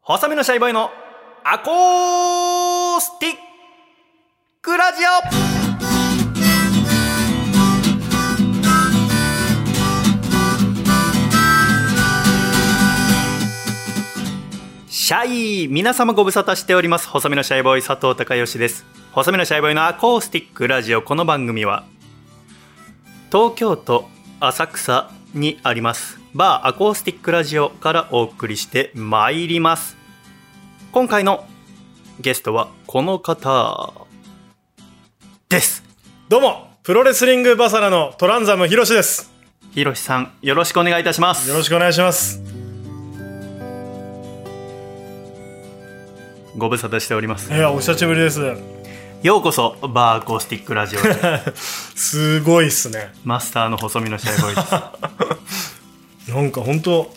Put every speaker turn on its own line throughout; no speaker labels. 細身のシャイボーイのアコースティックラジオシャイ皆様ご無沙汰しております細身のシャイボーイ佐藤孝義です細身のシャイボーイのアコースティックラジオこの番組は東京都浅草にありますバーアコースティックラジオからお送りしてまいります今回のゲストはこの方です
どうも、プロレスリングバサラのトランザムヒロシです。
ひろしさんよろしくお願いいたします
よろしくお願いします。
ご無沙汰しております
いや、お久しぶりです。
ようこそバーアコースティックラジオへ
すごいっすね。
マスターの細身のシャイボーイ です
なんか本当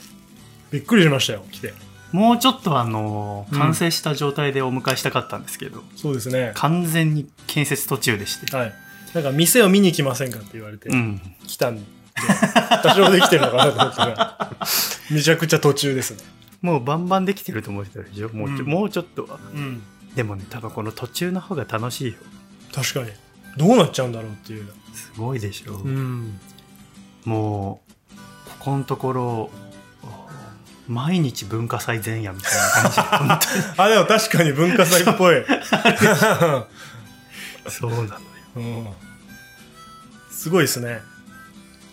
びっくりしましたよ、来て。
もうちょっとあの完成した状態でお迎えしたかったんですけど、
そうですね。
完全に建設途中でして、
はい。なんか店を見に来ませんかって言われて、
うん
来たんで、多少できてるのかなと思ったら、めちゃくちゃ途中ですね。
もうバンバンできてると思ってたでしょもうちょ,、
うん
もうちょっとは
うん。
でもね多分この途中の方が楽しいよ
確かに。どうなっちゃうんだろうっていう。
すごいでしょ、
ん。
もうここのところ毎日文化祭前夜みたいな感じ
あ、でも確かに文化祭っぽい。
そうなのよ
うん、すごいですね。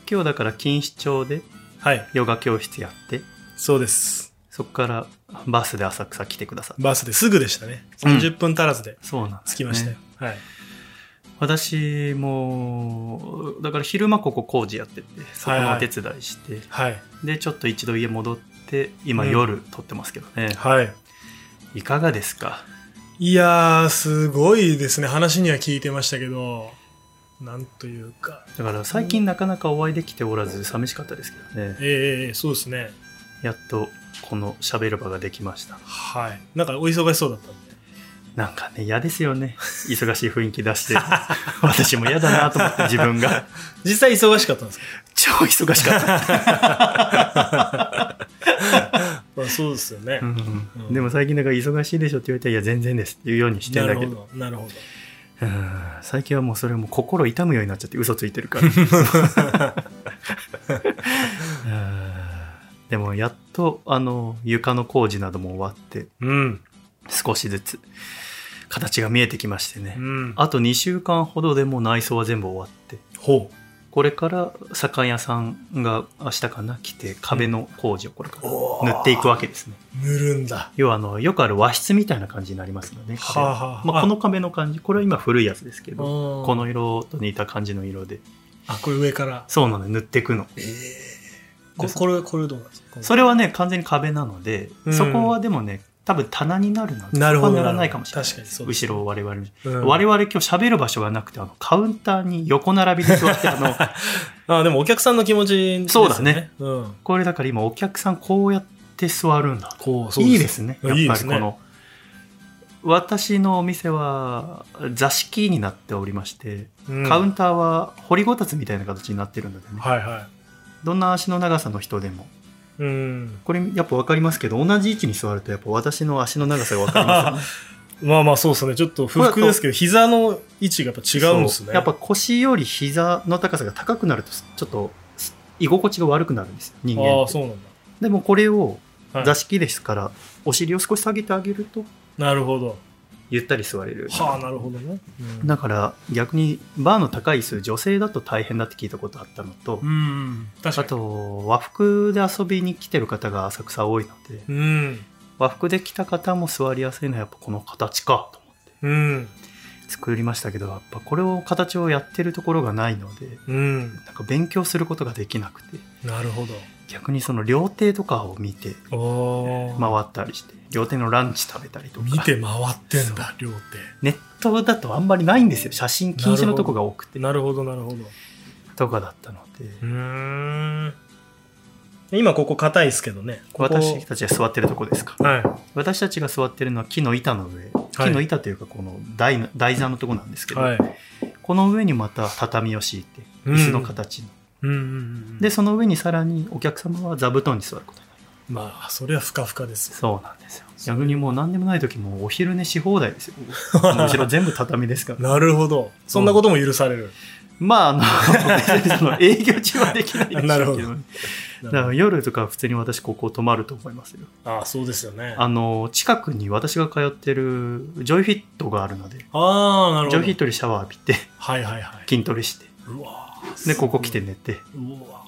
今日だから錦糸町で
はい。
ヨガ教室やって
そうです。
そこからバスで浅草来てくださった
バスですぐでしたね。
うん
30分足らずで
そうなんです
着きましたよ。はい。
私もだから昼間ここ工事やっててそこのお手伝いして、
はい。
でちょっと一度家戻って今
うん
夜撮ってますけどね、
はい。
いかがですか
いやー、すごいですね。話には聞いてましたけど、なんというか。
だから最近なかなかお会いできておらず寂しかったですけどね
ええええそうですね。
やっとこの喋る場ができました
はい。なんかお忙しそうだったんで。
なんかね嫌ですよね忙しい雰囲気出 して私も嫌だなと思って自分が
実際忙しかったんですか、
超忙しかった、
まあ、そうですよね。
うん
うん
でも最近だから忙しいでしょって言われたらいや全然ですっていうようにして
なん
だ
る
け
ほ
ど
ど。なるほど。
うん最近はもうそれも心痛むようになっちゃって嘘ついてるから うんでもやっとあの床の工事なども終わって
うん。
少しずつ形が見えてきましてね、
うん。
あと2週間ほどでもう内装は全部終わって
ほう。
これから酒屋さんが明日かな来て壁の工事をこれから
お
塗っていくわけですね
塗るんだ。
要はあのよくある和室みたいな感じになりますので、ね
はあ、はあ。
まあ、この壁の感じこれは今古いやつですけど
の
この色と似た感じの色で
あ、これ上から。
そうなの塗っていくの
ええここれ、これどうなんですか
それはね完全に壁なので、
うん
そこはでもね多分棚になるので
なるほ
そ
ど
こはならないかもしれない
確かにそうです
後ろを我々に、
うん
我々今日喋る場所がなくてあのカウンターに横並びで座ってあ の
ああ、でもお客さんの気持ちですね。
そうだね。
うん。
これだから今お客さんこうやって座るんだ
こう、
いいですねやっ
いい
ぱ
で
り
す
こ
ね
の、私のお店は座敷になっておりまして、
うん
カウンターは掘りごたつみたいな形になってるんだよね、
はいは
どんな足の長さの人でも
い。うん。
これやっぱ分かりますけど同じ位置に座るとやっぱ私の足の長さが分かりますよね
まあまあそうですね。ちょっと不服ですけど、膝の位置がやっぱ 違うんです
そ
ね。
やっぱ腰より膝の高さが高くなるとちょっと居心地が悪くなるんですよ人
あ
間
あ、
って
そうなん
でもこれを
だ。はい
座敷ですから、お尻を少し下げてあげると
なるほど。
ゆったり座れる
はあ、なるほどね。うん
だから逆にバーの高い椅子女性だと大変だって聞いたことあったのと、
うん。
あ
確か
と和服で遊びに来てる方が浅草多いので
に。うん。
和服で来た方も座りやすいのはやっぱこの形かと思って
うん。
作りましたけどやっぱこれを形をやってるところがないので
うん。
なんか勉強することができなくて
なるほ
逆にその料亭とかを見て
ど。おー。
回ったりして料亭のランチ食べたりとか
見て回ってんだ、両
ネットだとあんまりないんですよ写真禁止のとこが多く
手。
て
なるほど、なるほど。
とかだったので
うん。今ここ硬いですけどね。ここ
私たちが座ってるとこですか
は
私たちが座ってるのは木の板の上木の板というかこの台の台座のとこなんですけ
い。
ど、
はい。
この上にまた畳を敷いて
うん
椅子の形の、
うんうんうんうん。
でその上にさらにお客様は座布団に座ることになりますまあ
あそれはふかふかです
そうなんですよ逆にもう何でもない時もうお昼寝し放題 ですよもう後ろ全部畳ですから
なるほどそんなことも許される、
まああの別にその営業中はできないでしょうけどね
なるほど
だから夜とか普通に私ここ泊まると思いますよ
ああそうですよねあ
あの近くに私が通ってるジョイフィットがあるので
あーなる
ジョイ
ほ
フィッ
ど
トでシャワー浴び て
はいはいはい
筋トレして
うわー
でここ来て寝て
すごいうわ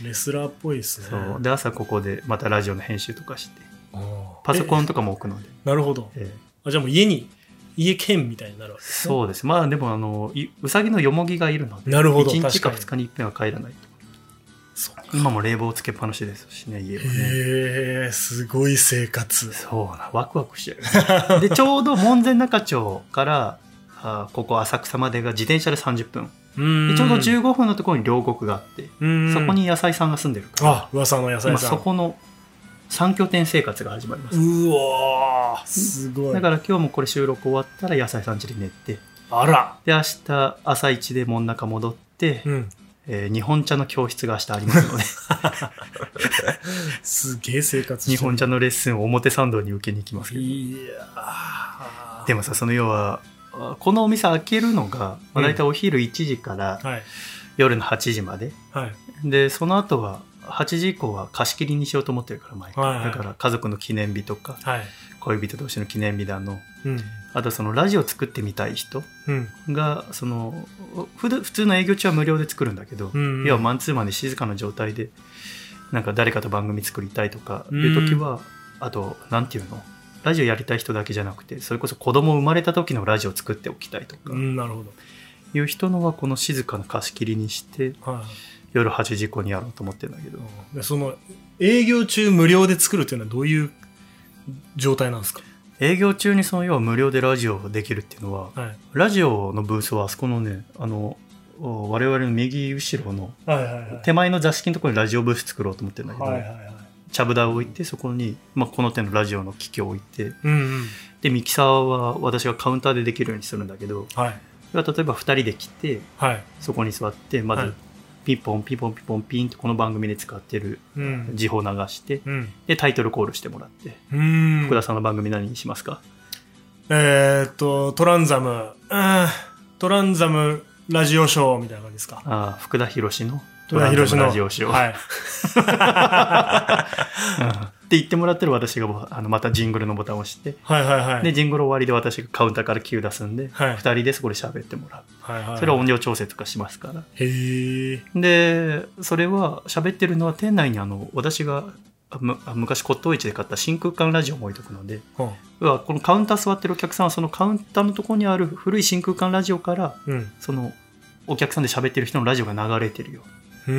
ーレスラーっぽいですね
そうで朝ここでまたラジオの編集とかして
あー
パソコン
え
とかも置くので、
なるほど
ええ
あじゃあもう家に家兼みたいになるわけですね
そうですまあでもあのいうさぎのよもぎがいるので
なるほど
1日か
確
2
か
日に1遍は帰らないと
そうか
今も冷房つけっぱなしですしね家はね
へえすごい生活
そうなワクワクしちゃう でちょうど門前仲町からあここ浅草までが自転車で30分
うん
でちょうど15分のところに両国があって
うん
そこに野菜さんが住んでるから
あ噂の野菜
今
さん
そこの三拠点生活が始まります
うわーすごい
だから今日もこれ収録終わったら野菜さん家で寝て
あら
で明日朝一で門中戻って、
うん
えー日本茶の教室が明日あります ので
すげえ生活
日
してる
本茶のレッスンを表参道に受けに行きますけど
いやー
でもさその要はあこのお店開けるのが、まあ、大体お昼1時から
はい
夜の8時まで、
はい
でその後は8時以降は貸し切りにしようと思ってるから毎回、
はいはい
だから家族の記念日とか
はい
恋人同士の記念日だの
うん
あとそのラジオ作ってみたい人
うん
がその普段普通の営業中は無料で作るんだけど、
うんうん
要はマンツーマンで静かな状態でなんか誰かと番組作りたいとかいう時は、あとなんていうのラジオやりたい人だけじゃなくてそれこそ子供生まれた時のラジオ作っておきたいとか
うんなるほど
いう人のはこの静かな貸し切りにして
は
夜8時以降にやろうと思ってるんだけど
いでその営業中無料で作るっていうのはどういう状態なんですか
営業中にその要は無料でラジオできるっていうのは
はい
ラジオのブースはあそこのねあのお我々の右後ろの
はいはいはい
手前の座敷のところにラジオブース作ろうと思ってるんだけど、
はいはいはい
ちゃぶ台を置いてそこに、まあ、この手のラジオの機器を置いて
うんうん
でミキサーは私がカウンターでできるようにするんだけど
はい
それは例えば2人で来て
はい
そこに座ってま
は
ず
い
ピンポンピンポンピンポンピンとこの番組で使ってる
うん
時報流して
うん
でタイトルコールしてもらって
うん
福田さんの番組何にしますか
えーっと、トランザム、うんトランザムラジオショーみたいな感じですか。
ああ福田博士の
トランザム
ラジオショー、
はい。
うんって言ってもらってる私がボあのまたジングルのボタンを押して
はいはいはい。
でジングル終わりで私がカウンターから Q 出すんで、
はい
2人でそこで喋ってもらう
はいはい、
それは音量調整とかしますから、
へー
でそれは喋ってるのは店内にあの私があむあ昔骨董市で買った真空管ラジオも置いとくので
うん
うわこのカウンター座ってるお客さんはそのカウンターのとこにある古い真空管ラジオから
うん。
そのお客さんで喋ってる人のラジオが流れてるよ、
うー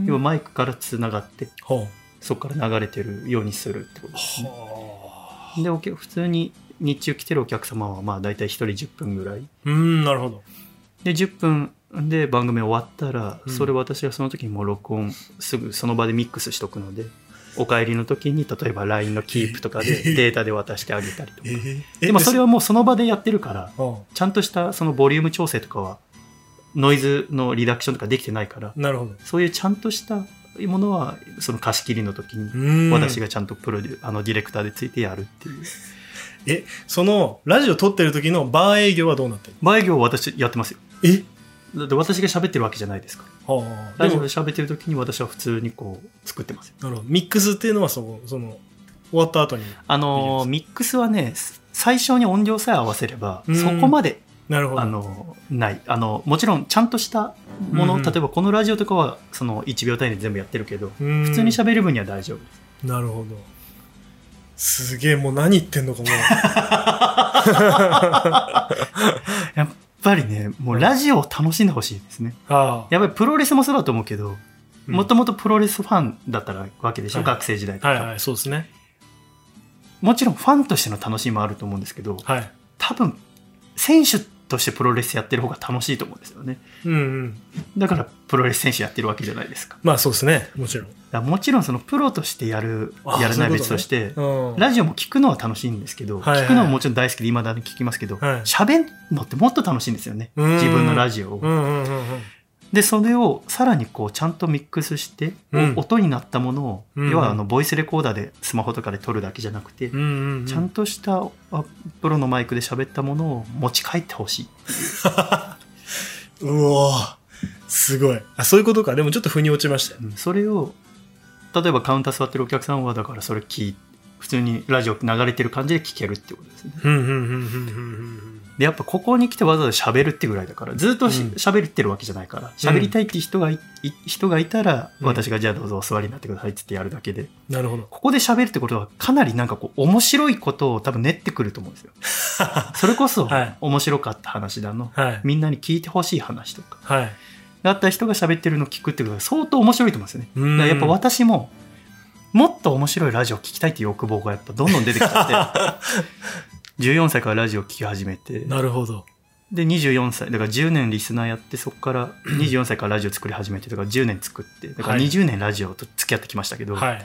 ん。
要はマイクからつながって
ほ
そこから流れてるようにするってこと
う。
ですね
は
でお客普通に日中来てるお客様はまあ大体1人10分ぐらい
あ。うん、なるほど。
で10分で番組終わったら、
うん
それ私がその時にもう録音すぐその場でミックスしとくのでお帰りの時に例えば LINE のキープとかでデータで渡してあげたりとか
えー、
でもそれ
は、
はもうその場でやってるから
うん
ちゃんとしたそのボリューム調整とかはノイズのリダクションとかできてないから
なるほど。
そういうちゃんとしたものはその貸し切りの時に
うん。
私がちゃんとプロデュあのディレクターでついてやるっていう
え、その、ラジオ撮ってる時のバー営業はどうなってる
前業私やってますよ
え
だって私が喋ってるわけじゃないですから
はあ。
ラ
で
ジオ
も
で、喋ってる時に私は普通にこう作ってますよ
なるほど。ミックスっていうのはそこ、その、終わった後に。
あのーミックスはねす最初に音量さえ合わせれば
うん
そこまで、
なるほど。
あのーないあのもちろんちゃんとしたもの、
うん
例えばこのラジオとかはその1秒単位で全部やってるけど、
普
普通に喋る分には大丈夫
なるほど。すげえ、もう何言ってんの かもう。
やっぱりねもうラジオを楽しんでほしいですね
ああ。
やっぱりプロレスもそうだと思うけど
うん
もともとプロレスファンだったらわけでしょ、
はい
学生時代とか、
はいはい、そうですね。
もちろんファンとしての楽しみもあると思うんですけど、
はい。
多分選手としてプロレスやってる方が楽しいと思うんですよね
うんうん。
だからプロレス選手やってるわけじゃないですか
まあそうですね、もちろん。
だからもちろんそのプロとしてやる
あ
やらない
そうい
は
うことね
別として
うん。
ラジオも聞くのは楽しいんですけど、
はいはい
聞くのももちろん大好きで今だに聞きますけど
はい
喋、るのってもっと楽しいんですよね
うん
自分のラジオを、
うんうんうんうん。
でそれをさらにこうちゃんとミックスして、
うん
音になったものを、
うん
要はあのボイスレコーダーでスマホとかで撮るだけじゃなくて、
うんうんうん
ちゃんとしたあプロのマイクで喋ったものを持ち帰ってほしい。
うおーすごいあそういうことかでもちょっと腑に落ちましたよ
うんそれを例えばカウンター座ってるお客さんはだからそれ聞い普通にラジオ流れてる感じで聞けるってことですね
うんうんうんうんうんうん
でやっぱここに来てわざわざ喋るってぐらいだからずっとし
うん
喋、ってるわけじゃないから喋りたいって人がい,い、人がいたら
うん
私がじゃあどうぞお座りになってくださいって言ってやるだけで
なるほど
ここで喋るってことはかなりなんかこう面白いことを多分練ってくると思うんですよそれこそ
はい
面白かった話だの
はい
みんなに聞いてほしい話とか
はい
だった人が喋ってるのを聞くってことは相当面白いと思うんですよね
うん
だからやっぱ私ももっと面白いラジオ聞きたいっていう欲望がやっぱどんどん出てきち ゃって14歳からラジオ聞き始めて
なるほど
で24歳だから10年リスナーやってそこから24歳からラジオ作り始めてとから10年作ってだから
はい
20年ラジオと付き合ってきましたけど、
はい、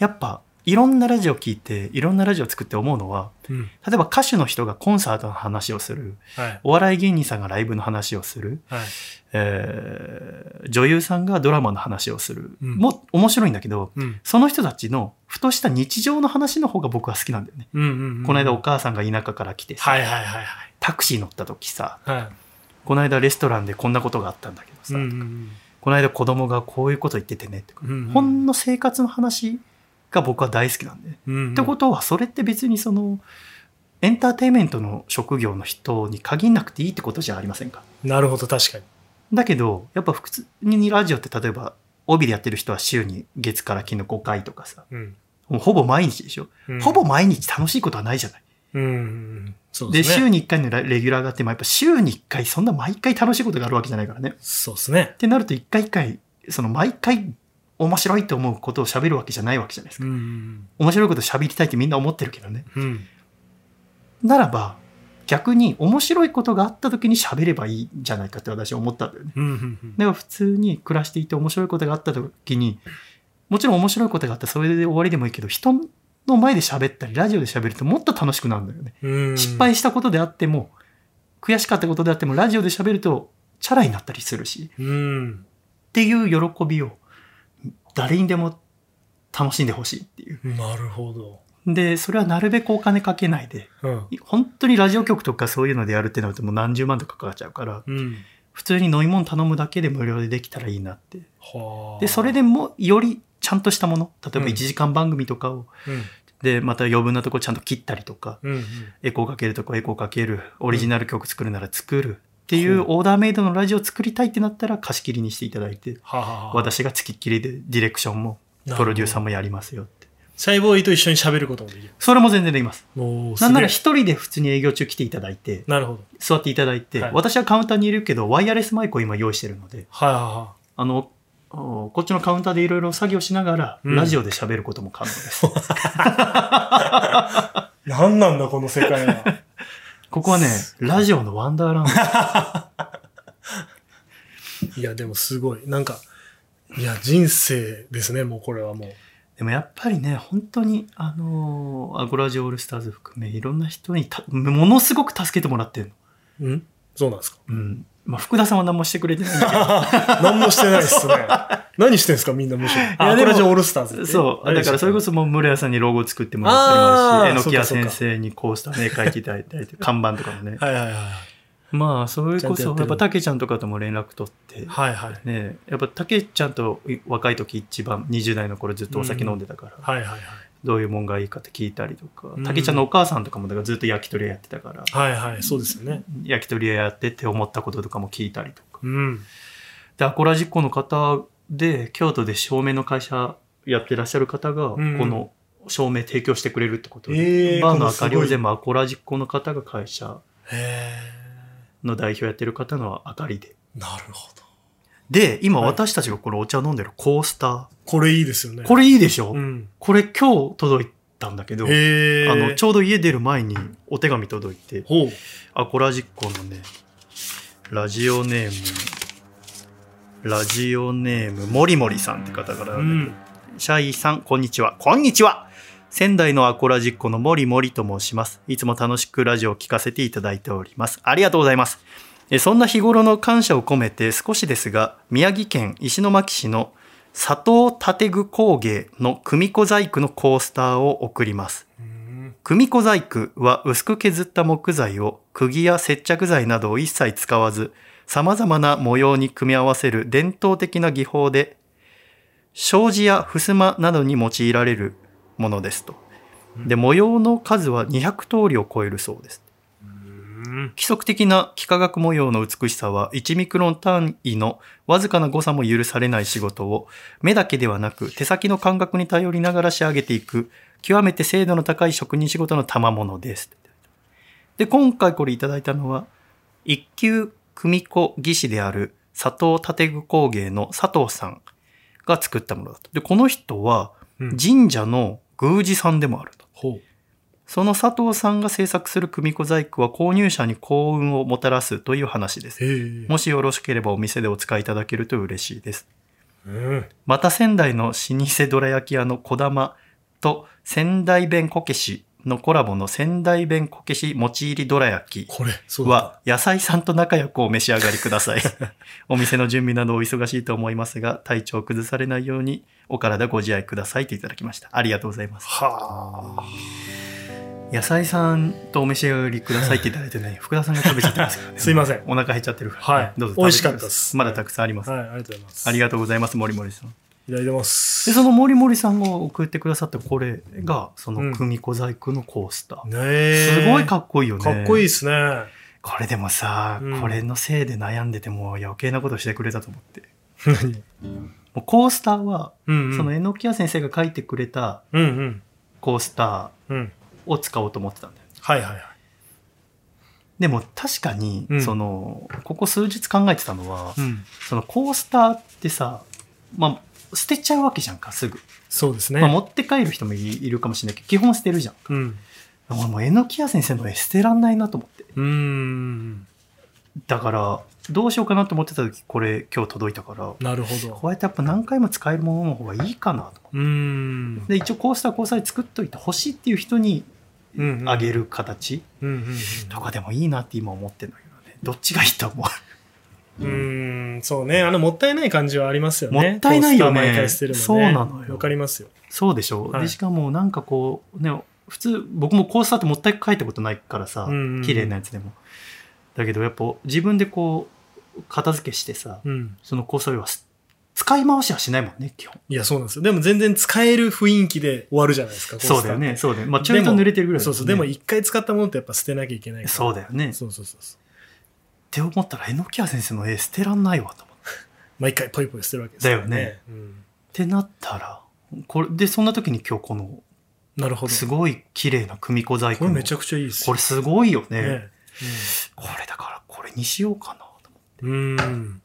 やっぱいろんなラジオ聞いていろんなラジオ作って思うのは
うん
例えば歌手の人がコンサートの話をする
はい
お笑い芸人さんがライブの話をする、
はい
えー女優さんがドラマの話をする、
うん
も面白いんだけど
うん
その人たちのふとした日常の話の方が僕は好きなんだよね。
うんうんうん
この間お母さんが田舎から来てさ、
はいはいはいはい
タクシー乗った時さ、
はい
この間レストランでこんなことがあったんだけどさ、
うんうん
この間子供がこういうこと言っててねとか、
うんうん
ほんの生活の話が僕は大好きなんで。っ
うんうん
てことはそれって別にそのエンターテインメントの職業の人に限んなくていいってことじゃありませんか。
なるほど確かに
だけどやっぱ普通にラジオって例えば帯でやってる人は週に月から金の5回とかさ、
うん
もうほぼ毎日でしょ。
うん
ほぼ毎日楽しいことはないじゃない。
うんうんうんそう
で、
です
週
ね
に1回のレギュラーがあっても、やっぱ週に1回、そんな毎回楽しいことがあるわけじゃないからね。
そうですね
ってなると、1回1回、その毎回面白いと思うことを喋るわけじゃないわけじゃないです
う
か。
んうん
面白いこと喋りたいってみんな思ってるけどね。
うんうん
ならば、逆に面白いことがあった時に喋ればいいんじゃないかって私は思ったんだよね。
うんうんうん
だから普通に暮らしていて面白いことがあった時に、もちろん面白いことがあったらそれで終わりでもいいけど、人の前で喋ったり、ラジオで喋るともっと楽しくなるんだよね。
うん
失敗したことであっても悔しかったことであってもラジオで喋るとチャラになったりするし
うん
っていう喜びを誰にでも楽しんでほしいっていう。
なるほど
で、それはなるべくお金かけないで、
うん
本当にラジオ局とかそういうのでやるってなるともう何十万とかかかっちゃうから、
うん
普通に飲み物頼むだけで無料でできたらいいなって。
はあ
で、それでもよりちゃんとしたもの、例えば
うん
1時間番組とかを、
うん
で、また余分なとこちゃんと切ったりとか、
うんうん
エコーかけるとこエコーかけるオリジナル曲作るなら作るっていうオーダーメイドのラジオを作りたいってなったら貸し切りにしていただいて
はあはあはあ
私が付きっきりでディレクションも
なるほど
プロデューサーもやりますよって
シャイボーイと一緒に喋ることもできる
それも全然できます
おー
なんなら
す
一人で普通に営業中来ていただいて
げえなるほど
座っていただいて、
はい
私はカウンターにいるけどワイヤレスマイクを今用意してるので
はいはいは
あのおこっちのカウンターでいろいろ作業しながら、
うん
ラジオで喋ることも可能です。
い何なんだこの世界は
ここはね、ラジオのワンダーランド。
いやでもすごいなんかいや人生ですねもうこれはもう
でもやっぱりね、本当に、あのーアゴラジオールスターズ含め、いろんな人にた、ものすごく助けてもらってるの。
うんそうなん ですか
うん。まあ、福田さんは何もしてくれてないんだ
何もしてないっすね。何してんすかみんなむしろ。
いや
あ、
で
こ
も
れじゃオールスター
け
ズっ
ど。
て。
そう。だからそれこ
そ。
そもう村屋さんにロゴを作ってもらったりもある
あー
し、榎谷
そうか
先
そう
生にこうしたね、書いていただいたりとか、看板とか もね。
はいはいはい。
まあ、それこ
ちゃんとや
そ
っ、て
や
る
っぱ竹ちゃんとかとも連絡取って、
はいはい。
ね、やっぱ竹ちゃんと若い時一番、20代の頃ずっとお酒飲んでたから、
はいはいはい。
どういうもんがいいかって聞いたりとか
う、ん
竹ちゃんのお母さんとかもだからずっと焼き鳥屋やってたから、
はいはい。そうですよね。
焼き鳥屋やってって思ったこととかも聞いたりとか。
うん。
で、アコラジッコの方で、京都で照明の会社やってらっしゃる方が、こ
うん
の照明提供してくれるってこと
え
で、
ー
バーの明かり
こ
を
れすごい
全部アコラジッコの方が会社
へ
の代表やってる方の明かりで。
え。なるほど。
で、今
はい
私たちがこのお茶飲んでるコースタ
これいいですよ
ー。
ね。
これいいでしょ、
うん。
これ今日届いたんだけど、
へえ。
あの、ちょうど家出る前にお手紙届いて、
ほう。
アコラジッコのね、ラジオネーム、ラジオネーム、もりもりさんって方から、
うん。
シャイさん、こんにちは。こんにちは仙台のアコラジッコのもりもりと申します。いつも楽しくラジオを聞かせていただいております。ありがとうございます。えそんな日頃の感謝を込めて少しですが宮城県石巻市の佐藤建具工芸の組子細工のコースターを贈ります
うん
組子細工は薄く削った木材を釘や接着剤などを一切使わず様々な模様に組み合わせる伝統的な技法で障子や襖などに用いられるものですとで模様の数は200通りを超えるそうです
うん
規則的な幾何学模様の美しさは1ミクロン単位のわずかな誤差も許されない仕事を目だけではなく手先の感覚に頼りながら仕上げていく極めて精度の高い職人仕事の賜物です。で、今回これいただいたのは一級組子技師である佐藤建具工芸の佐藤さんが作ったものだと。で、この人は
うん
神社の宮司さんでもあると。
ほ
その佐藤さんが制作する組子細工は購入者に幸運をもたらすという話です。
うへえ
もしよろしければお店でお使いいただけると嬉しいです。
うん
また仙台の老舗どら焼き屋の小玉と仙台弁こけしのコラボの仙台弁こけし持ち入りどら焼き
これそうだ
は野菜さんと仲良くお召し上がりくだ さい。お店の準備などお忙しいと思いますが体調を崩されないようにお体ご自愛くださいといただきました。ありがとうございます。
はあ
野菜さんとお召し上がりくださいっていただいてね、福田さんが食べちゃってますからね。
すいません
お腹減っちゃってるから、
はい
どうぞ。
美味しかったです
まだたくさんあります。
はいありがとうございます
ありがとうございます、森森さん。
いただいてま
で、
す
その森森さんが送ってくださったこれが、そうの、
ん
組子細工のコースター。
ねえ
すごいかっこいいよね。
かっこいい
い。
ですね
これでもさ、
うん
これのせいで悩んでても余計なことしてくれたと思って。
何
もうコースターは、
うんうん
その、榎谷先生が書いてくれた
うんうん
コースタ
うん
ーを使おうと思ってたんだよ。
はいはいはい
でも確かに、
うん
その、ここ数日考えてたのは、
うん
そのコースターってさ、まあ、捨てちゃうわけじゃんか、すぐ。
そうですね
まあ、持って帰る人もいいるかもしれないけど、基本捨てるじゃん。
うん
俺もう、榎谷先生の絵捨てらんないなと思って。
うーん
だから、どうしようかなと思ってた時、これ今日届いたから、
なるほど
こうやってやっぱ何回も使えるものの方がいいかなと思って。
うーん
で、一応コースター、コースターで作っといて欲しいっていう人に
うんうん
あげる形
うんうんうん
とかでもいいなって今思ってるんだけどね。どっちがいいと思う
うーん、そうね。あの、もったいない感じはありますよね。
もったいないよね
コースター毎回捨てるのね。
そうなのよ
わかりますよ。
そうでしょ、
はい
でしかもなんかこうね普通僕もコースターってもったいく書いたことないからさ、
うんうん
綺麗なやつでもだけどやっぱ自分でこう片付けしてさ、
うん。
そのコースターはす使い回しはしないもんね基本
いや、そうなんですよ。でも全然使える雰囲気で終わるじゃないですか、コースター
そうだよ。ねそうだよねまあちょいと濡れてるぐらいだ
そう
もんね
そう。でも一回使ったものってやっぱ捨てなきゃいけないから。
そうだよね
そうそうそうそう。
って思ったら榎谷先生の絵捨てらんないわと思ってっ
毎回ポイポイ捨てるわけですから
だよね。
うん。
てなったらこれでそんな時に今日この
なるほど。
すごい綺麗な組子細
こ
工
れ
の
めちゃくちゃいいです
こ
よ。
れすごいよね
ね。
これだからこれにしようかなと思って
うん。うん。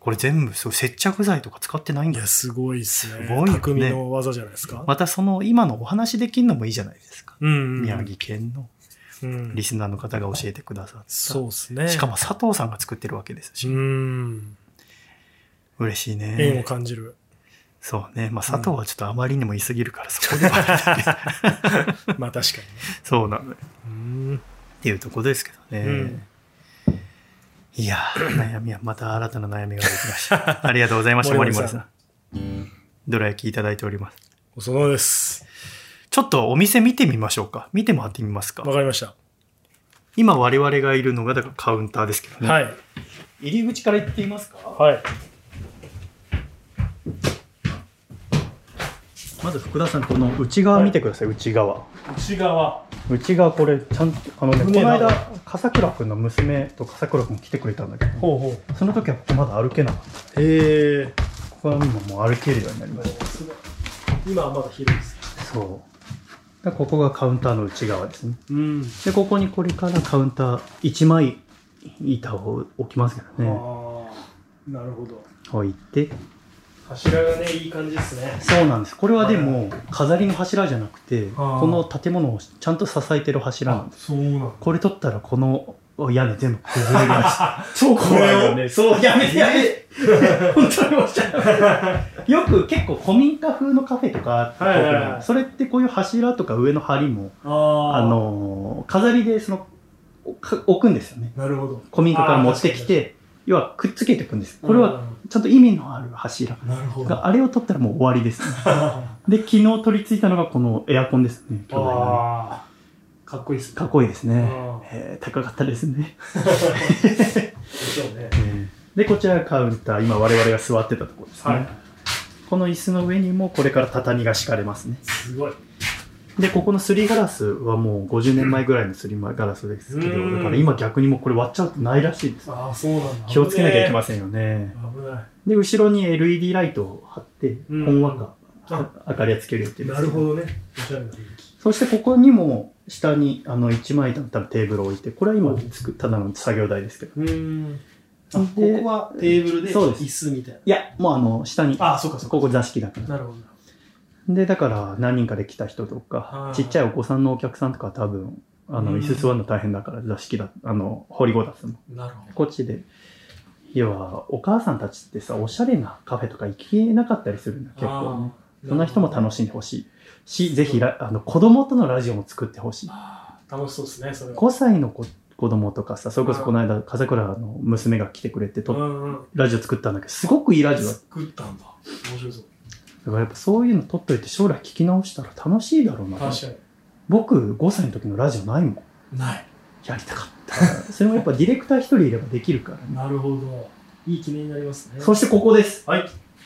これ全部そう接着剤とか使ってないん
い
だ
や、
よ。
すごいですね。
すごいよね
匠の技じゃないですか。
またその今のお話できるのもいいじゃないですか。
うんうん。
宮城県の
うん
リ。スナーの方が教えてくださった。
そうですね。
しかも佐藤さんが作ってるわけです
う
し、
ん。
嬉しい
縁を
ね。
感じる。
そうね。まあ
うん
佐藤はちょっとあまりにも言い過ぎる からそこでは。
まあ確かにね。
そうなのよ
うん。
っていうとこですけどね。
うん
いやー、悩みは、また新たな悩みが出てきま した。ありがとうございました、森
森
森
森
さ
さん
ん。どら焼きいただいております。
おそのです。
ちょっとお店見てみましょうか。見て回ってみますか
わ。かりました。
今我々がいるのがだからカウンターですけどね、
はい。
入り口から行ってみますか
はい。
まず福田さんこの内側見てください、内側
内側。
内側これちゃんとあのねこ
船
の
だ
間笠倉君の娘と笠倉君来てくれたんだけど
ほうほ
その時はここまだ歩けなかった
う。へえ。
ここは今もう歩けるようになりまし
すごい。今はまだ広いです。
たそうでここがカウンターの内側ですね
うん。
でここにこれからカウンター1枚板を置きますけどね
ああ。なるほど。
置いて
柱がね、いい感じですね。
そうなんですこれはでも飾りの柱じゃなくて
あー
この建物をちゃんと支えてる柱なんです
そうなの。
これ取ったらこの屋根全部崩れました。 超
怖いよ ね
そう、やめてやめて。 本当におっしゃる。よく結構古民家風のカフェとかあっ
は
て、
いはいはい
それってこういう柱とか上の梁も、
ああ。
あ、のー飾りでそのか置くんですよね。
なるほど。
古民家から持ってきて、要はくっつけていくんです。これはちゃんと意味のある柱
うん、なるほど。
が、あれを取ったらもう終わりです、ね。
あ
で、昨日取り付いたのがこのエアコンですね。巨大なね
あー、かっこいいですね。
かっこいいですね
うん。
えー高かったですね。
でしょうね。
で、こちらカウンター、今我々が座ってたところですね。
はい。
この椅子の上にもこれから畳が敷かれますね。
すごい。
で、ここのすりガラスはもう50年前ぐらいのすりガラスですけ
う
ど、
ん
だから今逆にもうこれ割っちゃうとないらしいです。
ああ、そうなんだ。
気をつけなきゃいけま
せ
せんよね。
ん。危な
で、後ろに LED ライトを貼って、ほ
うん
んわか
あ
明かりをつける予定
い。
です。
なるほどね。おしゃれな雰囲気。
そしてここにも下にあの1枚だったらテーブルを置いて、これは今つくただの作業台ですけど。
うーん。あ、こ
で
こはテーブルで、
そうです
椅子みたい
いや、もうあの、下に、
な。ああ、そうかそうか。
ここ座敷だから。
なるほど。
で、だから何人かで来た人とか
は、い
ちっちゃいお子さんのお客さんとかは多分、あ
う
の、
ん
椅子座るの大変だから座敷だ、あの、掘りごだすの。
なるほ
こっちで。要は、お母さんたちってさ、おしゃれなカフェとか行けなかったりするんだ、結
ど。
構ね。
あー
そんな人も楽しんでほしい。し、ぜひら、あの、子供とのラジオも作ってほしい。
あー楽しそうですね、それは。
5歳の子子供とかさ、それこそこの間、風倉の娘が来てくれて
う
と、
んうん。
ラジオ作ったんだけど、すごくいいラジオだった
作ったんだ。面白そう。
だからやっぱそういうの撮っといて将来聞き直したら楽しいだろうなと
確か
僕5歳の時のラジオないもん
に。ない。
やりたかったそれもやっぱディレクター1人いればできるからね
なるほど。いい記念になりますね。
そしてここです
はい。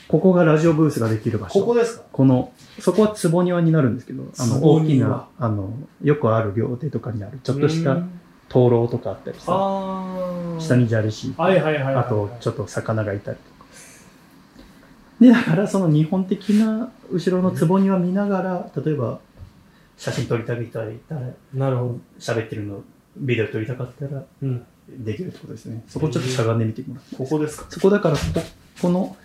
ここがラジオブースができる場所
ここですか
このそこは坪庭になるんですけどあの
坪
大き
庭
なあのよくある料亭とかにあるちょっとした
うー
灯
ん
籠とかあったりさ
ああ。
下。に砂利敷いて
はいはいはいはい。
あとちょっと魚がいたりとかでだからその日本的な後ろの坪庭見ながら例えば写真撮りたい人がいたら
なるほど。
喋ってるのビデオ撮りたかったら
うん。
できるってことですねそこちょっとしゃがんでみてもらって
ここですか
そこだからこここの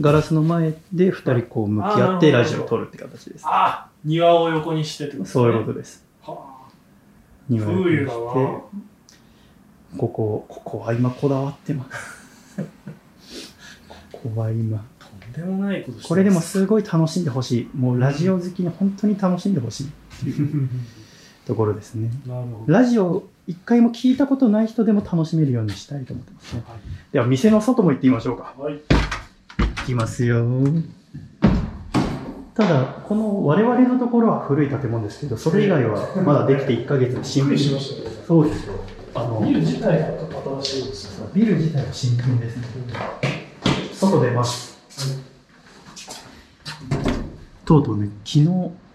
ガラスの前で2人こう向き合ってラジオを撮るって形です
ああ庭を横にしてってこと
そういう
と。
ことです
はあ。
庭を
風流だ
こ
わ。
うここここは今こだわってます ここは今
とんでもないことしてます
これでもすごい楽しんでほしいもうラジオ好きに本当に楽しんでほしい ところですね
なるほど。
ラジオ一回も聞いたことない人でも楽しめるようにしたいと思ってますね
は
では店の外も行ってみましょうか
い。はい。
行きますよただこの我々のところは古い建物ですけどそれ以外はまだできて1ヶ月の新
びっく
品
りしましたけど
そうですよあの
ビル自体が新しいですよね。
ビル自体は新品ですね外出ますとうとうね昨日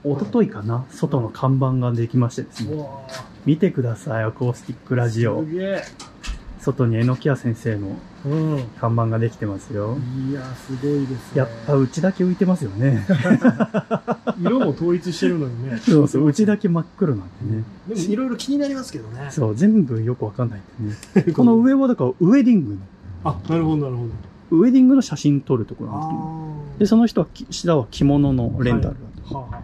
一昨日かな外の看板ができましてですね
うわあ
見てくださいアコースティックラジオ
すげえ。
外に榎谷先生の
うん。
看板ができてますよ
いや、すごいですね。
やっぱうちだけ浮いてますよね
色も統一してるのにね。
そうそううちだけ真っ黒なんでね
でもいろいろ気になりますけどね。
そう、全部よくわかんないんでね。この上はだからウェディングの、
あ、なるほど、なるほど。
ウェディングの写真撮るところなんですけど、
あ
で、その人はき、下は着物のレンタルだ
あ。はあ、なる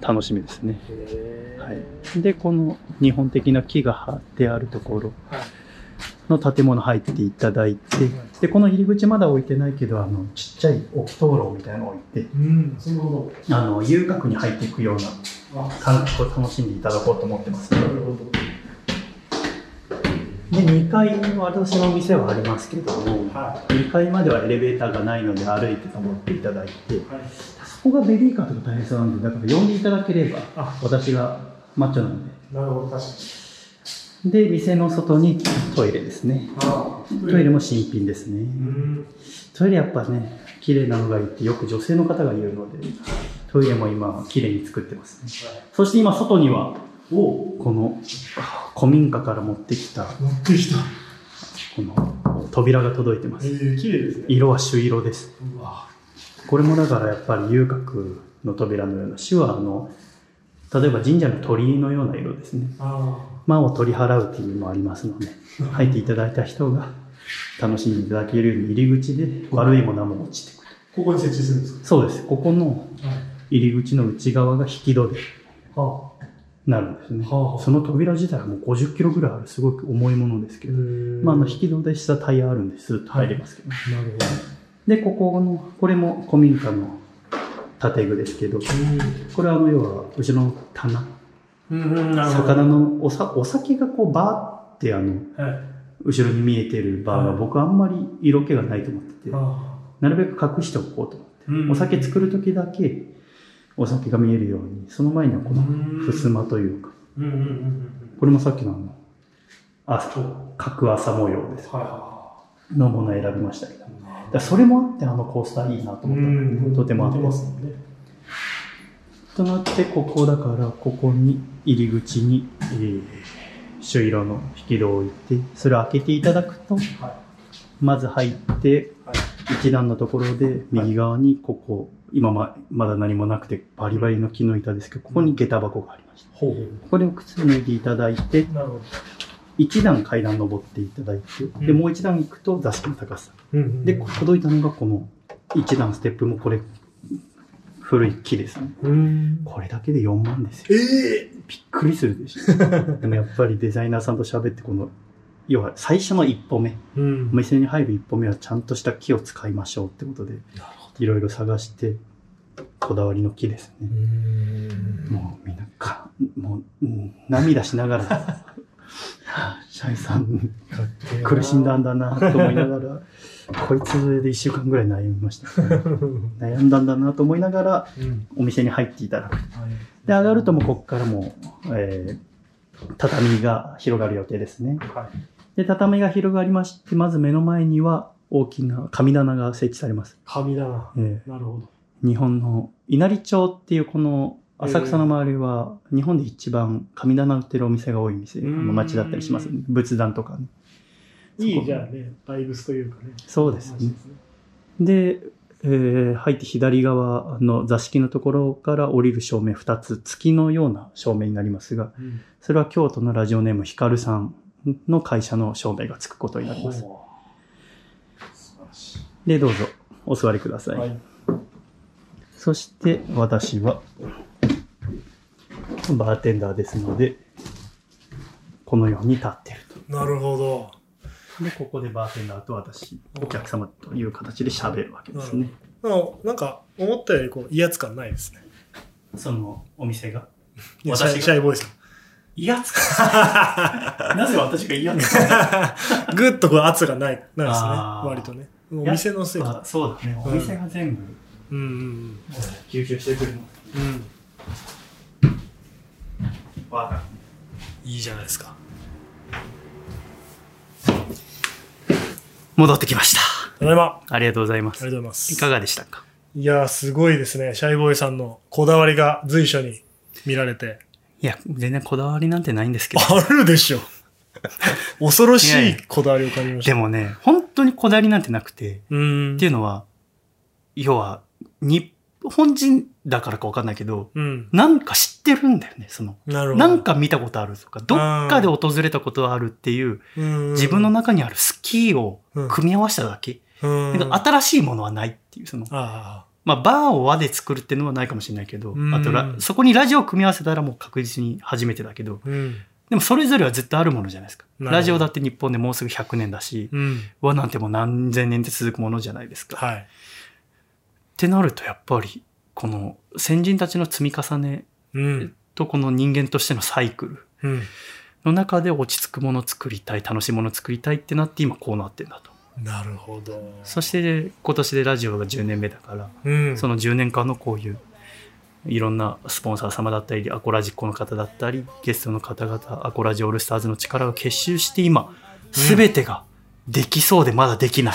と楽しみですね。
ほど。へえ。
はい。で、この日本的な木が張ってあるところ
はい
の建物入っていただいて、で、この入り口まだ置いてないけど、あの、ちっちゃい置き灯籠みたいなの置いて、
うん、そんなこ
あの、遊郭に入っていくような
と。あ、
感覚を楽しんでいただこうと思ってます。
なるほど。
で、2階に私のお店はありますけども、
は
2階まではエレベーターがないので歩いて登っていただいて
い。はい。
そこがベビーカーとか大変そうなんでだから呼んでいただければ
あ
私がマッチョなん
なるほど、確かに。
でで店の外にトイレですね
ああ
トイレ。も新品ですね
うん。
トイレやっぱね綺麗なのがいいってよく女性の方が言うのでトイレも今綺麗に作ってますねそして今外には
お
この古民家から持ってきた
乗ってきた。
この扉が届いてま
え
す
え、綺麗ですね。
色は朱色です
うわ。
これもだからやっぱり遊郭の扉のような朱はあの例えば神社の鳥居のような色ですね
あ
魔を取り払うという意味もありますので入っていただいた人が楽しんでいただけるように入り口で悪いものも落ちてくる
あ。ここに設置するんです
そうですここの
か。はい。
入り口の内側が引き戸で
はあ。
なるんですね
はあはあ
その扉自体はもう50キロぐらいあるすごく重いものですけど、まあ、あの引き戸で下タイヤあるんですッと入れますけどね、
なるほど。
でここのこれも古民家の建具ですけどこれはあの要は後ろの棚
うん、うん、なるほど。
魚のおさお酒がこうバーっって、あの、
はい。
後ろに見えてるバーが
はい
僕あんまり色気がないと思ってて、
あ
なるべく隠しておこうと思って。
ーうん
お酒作る時だけお酒が見えるように、その前にはこの
うん
襖というか、
うんうんうんうん
これもさっきのあの、
う
朝、
ん。
角朝模様です。
はいは
のものを選びましたけど。だ
いはい
からそれもあってあのコースターいいなと思ったんですね。とてもあって。
ますもんね。
となって、ここだから、ここに、入り口に、えー、朱色の引き戸を置いて、それを開けていただくと、
は
まず入って、
はい
一段のところで、右側に、ここ、今ま、まだ何もなくて、バリバリの木の板ですけど、ここに下駄箱がありました。
ほう。
これを靴脱いでいただいて、
なるほど。
一段階段登っていただいて、で、
うん
もう一段行くと座敷の高さ。
うんうん
で、届いたのがこの一段ステップもこれ、古い木ですね。
うん。
これだけで4万ですよ。
ええ
びっくりするでし ょ。でもやっぱりデザイナーさんと喋って、この、要は最初の一歩目、
うん
お店に入る一歩目はちゃんとした木を使いましょうってことで、いろいろ探して、こだわりの木ですね。もうみんなか、もう、うん涙しながら、はあシャイさん、苦しんだんだなと思いながら、こいつで1週間ぐらい悩みました。
うん。
悩んだんだなと思いながら、お店に入っていただく。で、上がるともうこっからもう、えー畳が広がる予定ですね。
は
で、畳が広がりまして、まず目の前には大きな神棚が設置されます。
神だな。
えー
なるほど。
日本の稲荷町っていうこの浅草の周りは、日本で一番神棚売ってるお店が多い店、あ
うん
の町だったりします、ね。仏壇とかね。
いいじゃあね、バイブスというかね。
そうです
話
ね。で、えー入って左側の座敷のところから降りる照明2つ、月のような照明になりますが、
うん
それは京都のラジオネームヒカルさんの会社の照明がつくことになります。
ほう素晴らし
で、どうぞお座りくだ
い
さい。
はい。
そして私は、バーテンダーですので、このように立っている
なるほど。
と。で、ここでバーテンダーと私、お客様という形で喋るわけですね。
あのなんか、思ったよりこう、威圧感ないですね。
そのお店が。
いや
私が
シャイシャイボーイさん。
威圧 感なぜ私が威圧感
ぐっとこう、圧がない、ないですね。
あー
割とね。お店のせいか。
そうだね。お店が全部
うんうん
吸収してくれます。
うん。うん。
わかる
いいじゃないですか。
戻ってきました。
ただいま。あ
ありがとうございま
りが
す
とう。ございます。
いかがでしたか
いやー、すごいですね。シャイボーイさんのこだわりが随所に見られて。
いや、全然こだわりなんてないんですけど。
あるでしょ。 恐ろし
いやいや
いこだわりを感じました。
でもね、本当にこだわりなんてなくて、
うーん
っていうのは、要は、日本人だからかわかんないけど、
うん。
なんか知ってるんだよね、その。
なるほど。
なんか見たことあるとか、どっかで訪れたことあるっていう、
うん、
自分の中にあるスキーを組み合わせただけ。
うん、
なんか新しいものはないっていう、その、
あ
まあ、バーを和で作るっていうのはないかもしれないけど、
うん
あとラ、そこにラジオを組み合わせたらもう確実に初めてだけど、
あ。うん。
でもそれぞれは絶対あるものじゃないですか。
なるほど
ラジオだって日本でもうすぐ100年だし、
うん。
和なんてもう何千年って続くものじゃないですか。っ
はい。
てなるとやっぱり、この先人たちの積み重ね
うん。
とこの人間としてのサイクル
うん。
の中で落ち着くものを作りたい、楽しいものを作りたいってなって今こうなってんだと。
なるほど。
そして今年でラジオが10年目だから、
うん。
その10年間のこういういろんなスポンサー様だったりアコラジっ子の方だったりゲストの方々アコラジオールスターズの力を結集して今全てができそうでまだできない、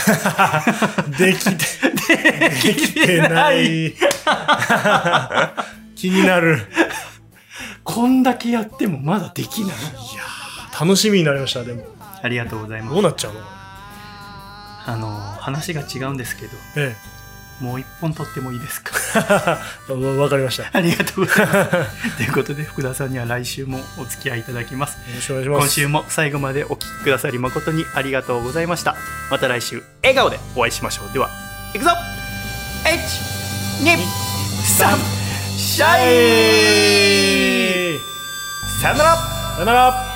できて、できてない。 気になる。
こんだけやってもまだできない
いやー楽しみになりました、でも。
ありがとうございま
どう
す
なっちゃうの
あの話が違うんですけど
え
もう一本取ってもいいですか
え。 わわかりました。よ
ありがとうございます ということで福田さんには来週もお付き合いいただきます
ろしくお願
今
いします。
週も最後までお聞きくださり誠にありがとうございましたまた来週笑顔でお会いしましょうでは行くぞ123シャイさよなら
さよなら